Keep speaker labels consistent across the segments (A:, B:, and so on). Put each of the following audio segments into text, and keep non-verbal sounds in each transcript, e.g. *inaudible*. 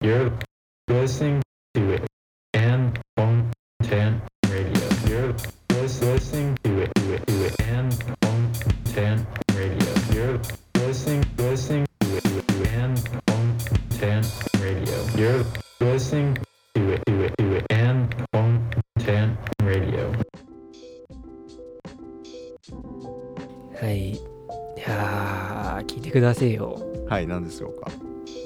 A: You're listening to it. And Content Radio. You're lis- listening to it. To it. To it. And Content Radio. You're listening. Listening to it. To it. To it. And Content Radio. You're listening to it. To it. To it. And Content Radio.
B: はい。いやー、聞いてくださいよ。
C: はい、何でしょうか。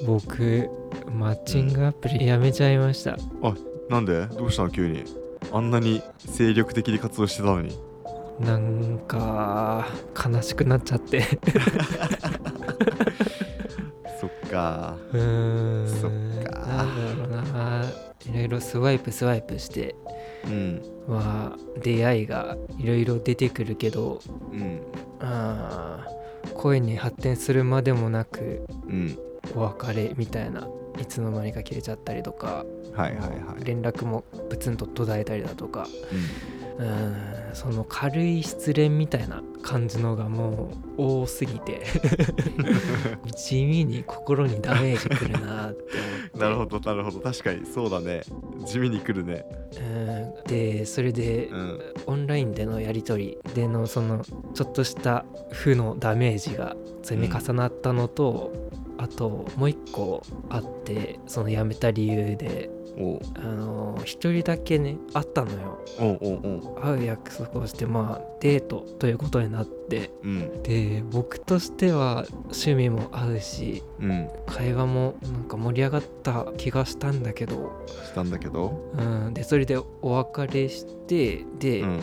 B: 僕、マッチングアプリやめちゃいました。
C: なんでどうしたの急に。あんなに精力的に活動してたのに。
B: なんか、悲しくなっちゃって。
C: そっか。
B: うーん。
C: そっか
B: なんだろうな。いろいろスワイプスワイプして、
C: うん。
B: まあ、出会いがいろいろ出てくるけど、
C: うん。
B: あー恋に発展するまでもなく、
C: うん。
B: お別れみたいな。いつの間にか切れちゃったりとか、
C: はいはいはい。
B: 連絡もプツンと途絶えたりだとか、
C: う
B: うーんその軽い失恋みたいな感じのがもう多すぎ
C: *laughs*
B: て地味に心にダメージくるなって思って
C: ん、なるほどなるほど確かにそうだね地味に来るね
B: うんでそれで、
C: うん
B: オンラインでのやり取りでのそのちょっとした負のダメージが積み重なったのと、あともう一個あってその辞めた理由で
C: おう
B: あの一人だけね会ったのよ
C: おうおうおう
B: 会う約束をしてまあデートということになって
C: うん
B: で僕としては趣味も合うし
C: うん
B: 会話もなんか盛り上がった気がしたんだけど、
C: したんだけど
B: うん、でそれでお別れしてで、
C: うん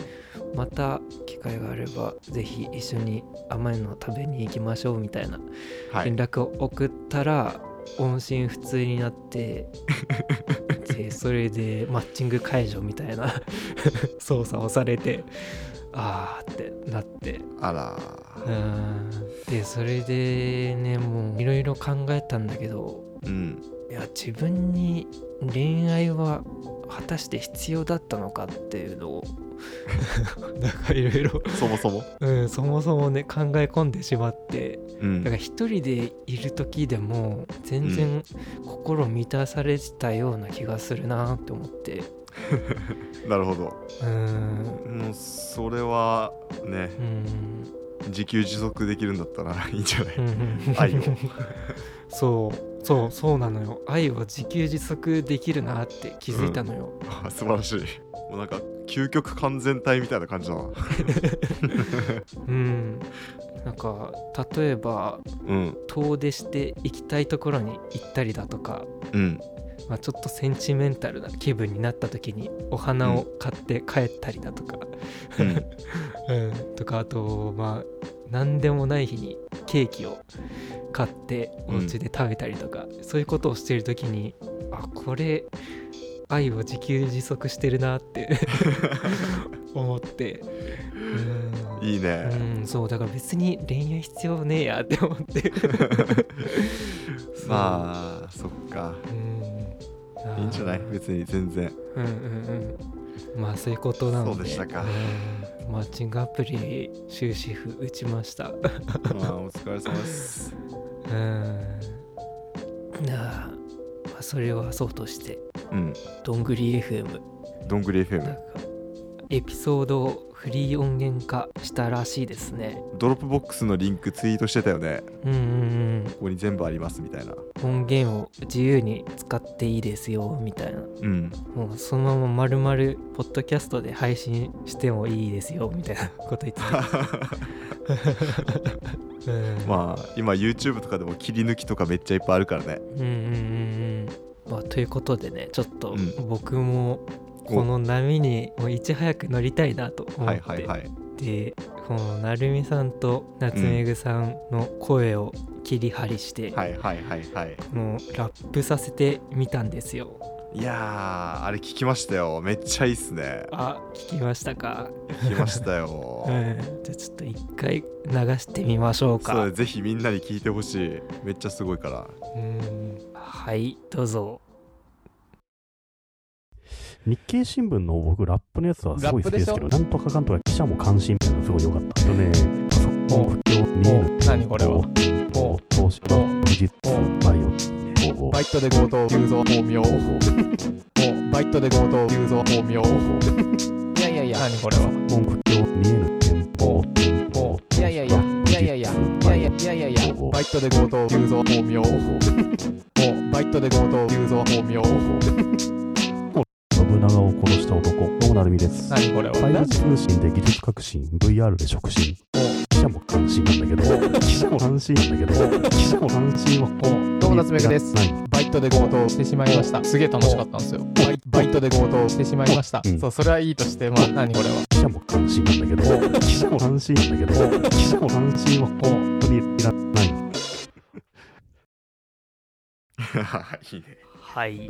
B: また機会があればぜひ一緒に甘いの食べに行きましょうみたいな
C: は
B: 連
C: い
B: 絡を送ったら、音信不通になって
C: *laughs*
B: でそれでマッチング解除みたいな *laughs* 操作をされてああってなって
C: あら
B: うんでそれでねもういろいろ考えたんだけど
C: うん
B: いや自分に恋愛は果たして必要だったのかっていうのを *laughs* なんかいろいろ、
C: そもそも
B: うん、そもそもね考え込んでしまって
C: うん
B: だから一人でいる時でも全然心満たされてたような気がするなって思って
C: なるほど
B: うん
C: もうそれはね
B: うん
C: 自給自足できるんだったらいいんじゃない
B: うんうん
C: 愛を
B: そうそうそうなのよ愛を自給自足できるなって気づいたのよ、
C: あ *laughs* 素晴らしいもうなんか究極完全体みたいな感じだな
B: うん、なんか例えば
C: うん
B: 遠出して行きたいところに行ったりだとか、
C: うん
B: まあ、ちょっとセンチメンタルな気分になった時にお花を買って帰ったりだとか、
C: うん
B: うん、とかあとまあ何でもない日にケーキを買ってお家で食べたりとか、そういうことをしてる時にあこれ愛を自給自足してるなって思ってうん
C: *laughs* いいね
B: うん、そうだから別に恋愛必要ねえやって思って。そう
C: まあそっか
B: うんあー
C: *laughs* いいんじゃない別に全然
B: うんうんうん。まあそういうことなので。
C: そうでしたか
B: うんマッチングアプリ終止符打ちました。
C: *laughs* まあお疲れ様です
B: うん。なあ、まあ、それはそうとして、
C: うん
B: どんぐり FM、
C: どんぐり
B: なん
C: FM
B: か、エピソードをフリー音源化したらしいですね。
C: ドロップボックスのリンクツイートしてたよね
B: うんうん
C: ここに全部ありますみたいな
B: うん。音源を自由に使っていいですよ、みたいな。
C: うん
B: もうそのまま丸々、ポッドキャストで配信してもいいですよ、みたいなこと言ってた。
C: *laughs*
B: うん
C: まあ今 YouTube とかでも切り抜きとかめっちゃいっぱいあるからね
B: うんうんうんうんまあということでねちょっと
C: うん
B: 僕もこの波にもういち早く乗りたいなと思
C: は
B: っ
C: い
B: て、
C: はいはい
B: でこのなるみさんと夏めぐさんの声を切り張りして、
C: はいはいはいはい
B: このラップさせてみたんですよ
C: いやーあれ聞きましたよめっちゃいいっすね
B: あ聞きましたか、
C: 聞きました *laughs* よ、
B: うん、じゃあちょっと一回流してみましょう
C: そうだね
B: か
C: ぜひみんなに聞いてほしいめっちゃすごいから
B: うんはいどうぞ
D: 日経新聞の僕ラップのやつはすごい好きですけど
E: ラップ
D: なんとかかんとか記者も関心みたいなのすごい良かったあとねパソコン不況見える
E: 何これは
D: こう
E: お
D: 法、投資、無実、バイオ、法、
E: バイトで強盗、流蔵、巧妙。バイトで強盗、流蔵、巧妙。いやいやいや、何これは。
D: 文句教、見えぬ憲法、憲法、
E: いやいやいや、いやいやいや、いやいやいやいやいや、バイトで強盗、流蔵、巧妙。バイトで強盗、流蔵、巧妙。
D: 信長を殺した男、野村美です。
E: 何これ
D: サイバ
E: は
D: ー。通信で技術革新、VR で触進。記者も関心なんだけど、記者も関心なんだけど、記者も関心は、
E: どうも夏目くです
D: ない。
E: バイトで強盗してしまいました。すげえ楽しかったんですよ。バイバイトで強盗してしまいました
D: うん。
E: そう、それはいいとして、まあ、何これは。
D: 記者も関心なんだけど、記者も関心なんだけど、記者も関心は、本当にいらない。
C: いいね
B: *laughs* はい。
C: い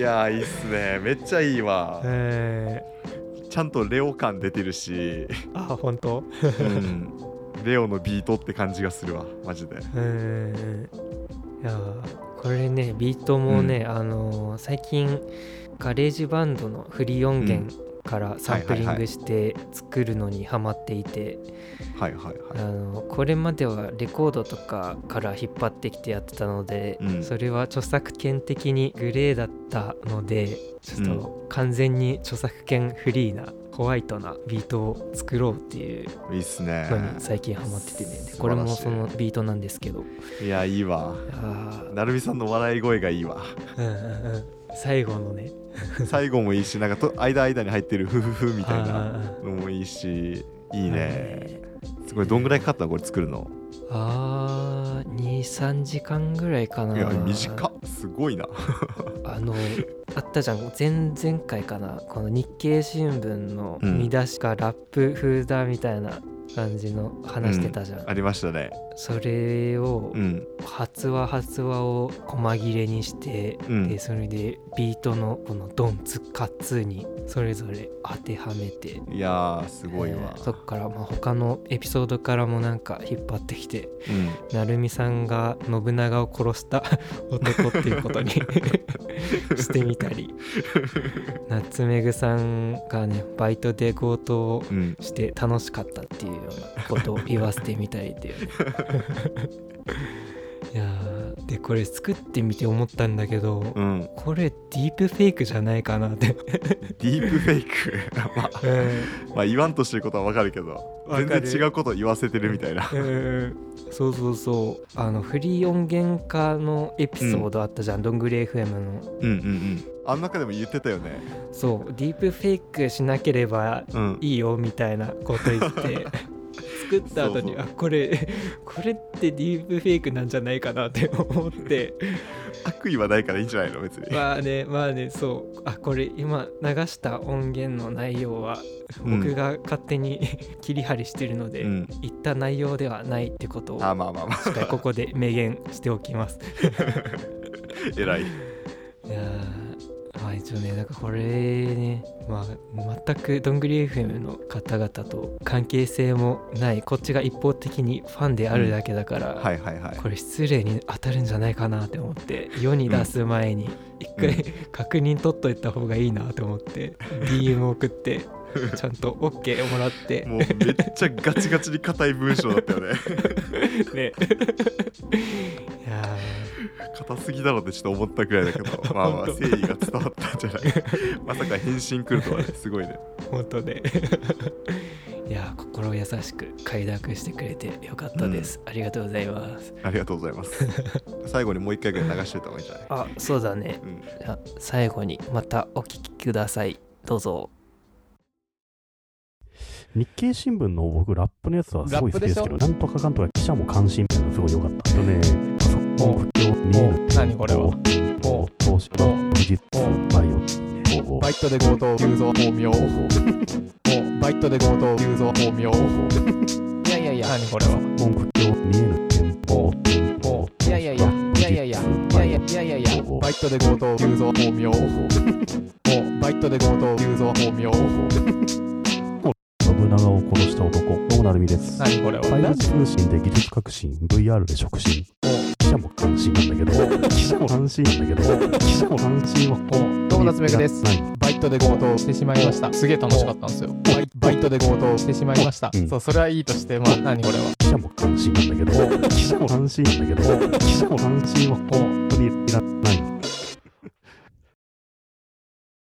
C: やーいいっすねめっちゃいいわ
B: え
C: ちゃんとレオ感出てるし、
B: ー、あ、本当。
C: うん、レオのビートって感じがするわマジで
B: うーん。いやー、これね、ビートもね、あのー最近ガレージバンドのフリー音源からサンプリングして作るのにハマっていて、
C: はいはいはい
B: あのこれまではレコードとかから引っ張ってきてやってたので、
C: うん
B: それは著作権的にグレーだったのでちょっと完全に著作権フリーなホワイトなビートを作ろうっていう
C: いいっすね
B: のに最近ハマっててね、で
C: 素晴らしい
B: これもそのビートなんですけど
C: いやいいわ
B: あー
C: なるみさんの笑い声がいいわ
B: うんうんうん最後のね
C: 最後もいいしなんかと間間に入ってるフフフみたいな
B: あ
C: のもいいしい
B: ー
C: いねすごいどんぐらいかかったのこれ作るの
B: あー23時間ぐらいかない
C: や短っすごいな
B: あのあったじゃん前々回かなこの日経新聞の
C: うん
B: 見出しがラップ風だみたいな感じの話してたじゃん、
C: ありましたね
B: それを
C: うん
B: 発話発話を細切れにして、
C: うん
B: でそれでビートのこのドンツカッツーにそれぞれ当てはめて。
C: いやーすごいわ
B: えー、そっから、まあ、他のエピソードからもなんか引っ張ってきて
C: うん
B: 成美さんが信長を殺した *laughs* 男っていうことに *laughs* してみたり夏目ぐさんがねバイトで強盗を
C: うん
B: して楽しかったっていうようなことを言わせてみたりって
C: *laughs*
B: いうねいやーでこれ作ってみて思ったんだけど、
C: うん、
B: これディープフェイクじゃないかなって、
C: ディープフェイク *laughs* まあまあ言わんとしてることはわかるけど
B: わかる
C: 全然違うこと言わせてるみたいな
B: そうそうそうあのフリー音源化のエピソードあったじゃん、どんぐり FM の
C: うんうんうんあん中でも言ってたよね
B: そうディープフェイクしなければ
C: うん
B: いいよみたいなこと言って
C: *laughs*
B: 作った後に
C: そうそう
B: あこれ *laughs* これってディープフェイクなんじゃないかなって *laughs* 思って
C: 悪意はないからいいんじゃないの別に、
B: まあねまあねそうあこれ今流した音源の内容は
C: うん
B: 僕が勝手に *laughs* 切り張りしてるので、
C: うん
B: 言った内容ではないってことを
C: あまあまあまあ
B: しっかりここで明言しておきます。
C: 偉い
B: いやーまあ一応ねなんかこれねまあ全くどんぐり FM の方々と関係性もないこっちが一方的にファンであるだけだから、
C: はいはいはい
B: これ失礼に当たるんじゃないかなって思って世に出す前に一回、 *laughs*
C: うん
B: 確認取っといた方がいいなと思って DM 送ってちゃんと OK もらって
C: もうめっちゃガチガチに硬い文章だったよね *laughs*
B: *laughs* ね *laughs* いやー
C: 硬すぎだろってちょっと思ったくらいだけ *laughs* どまあま
B: 本
C: あ
B: 当
C: 誠意が伝わったんじゃない *laughs* まさか返信来るとはねすごいね
B: 本当で *laughs* いや心優しく快諾してくれてよかったです、ありがとうござい
C: *laughs*
B: ます
C: ありがとうございます最後にもう一回ぐらい流しといた方がいいんじゃない
B: あそうだね
C: うん
B: じゃあ最後にまたお聞きくださいどうぞ
D: 日経新聞の僕、ラップのやつはすごい好きですけど、
E: ラップ
D: なんとかかんとか記者も関心みたいなのすごい良かった。でね、パソコン不況見える。
E: 何これは。
D: 法、投資、無実、バイオ、法、
E: バイトで強盗、流蔵、巧妙。バイトで強盗、流蔵、巧妙。いやいやいや、何これは。
D: 文句教見えぬ憲法、憲法、
E: いやいやいや、いやいやいや、いやいやいやいやいや、バイトで強盗、流蔵、巧妙。バイトで強盗、流蔵、巧妙。
D: 信長を殺した男、野村美です。
E: 何これ
D: サイバー
E: は。
D: 通信で技術革新、VR で触進。記者も関心なんだけど、記者も関心なんだけど、記者も関心は、
E: どう友達めぐです
D: ない
E: バイトで強盗してしまいましたすげえ楽しかったんですよバイバイトで強盗してしまいました、
D: うん
E: そうそれはいいとしてまあ何これは
D: 記者も関心なんだけど、記者も関心なんだけど、記者も関心は本当にいらない。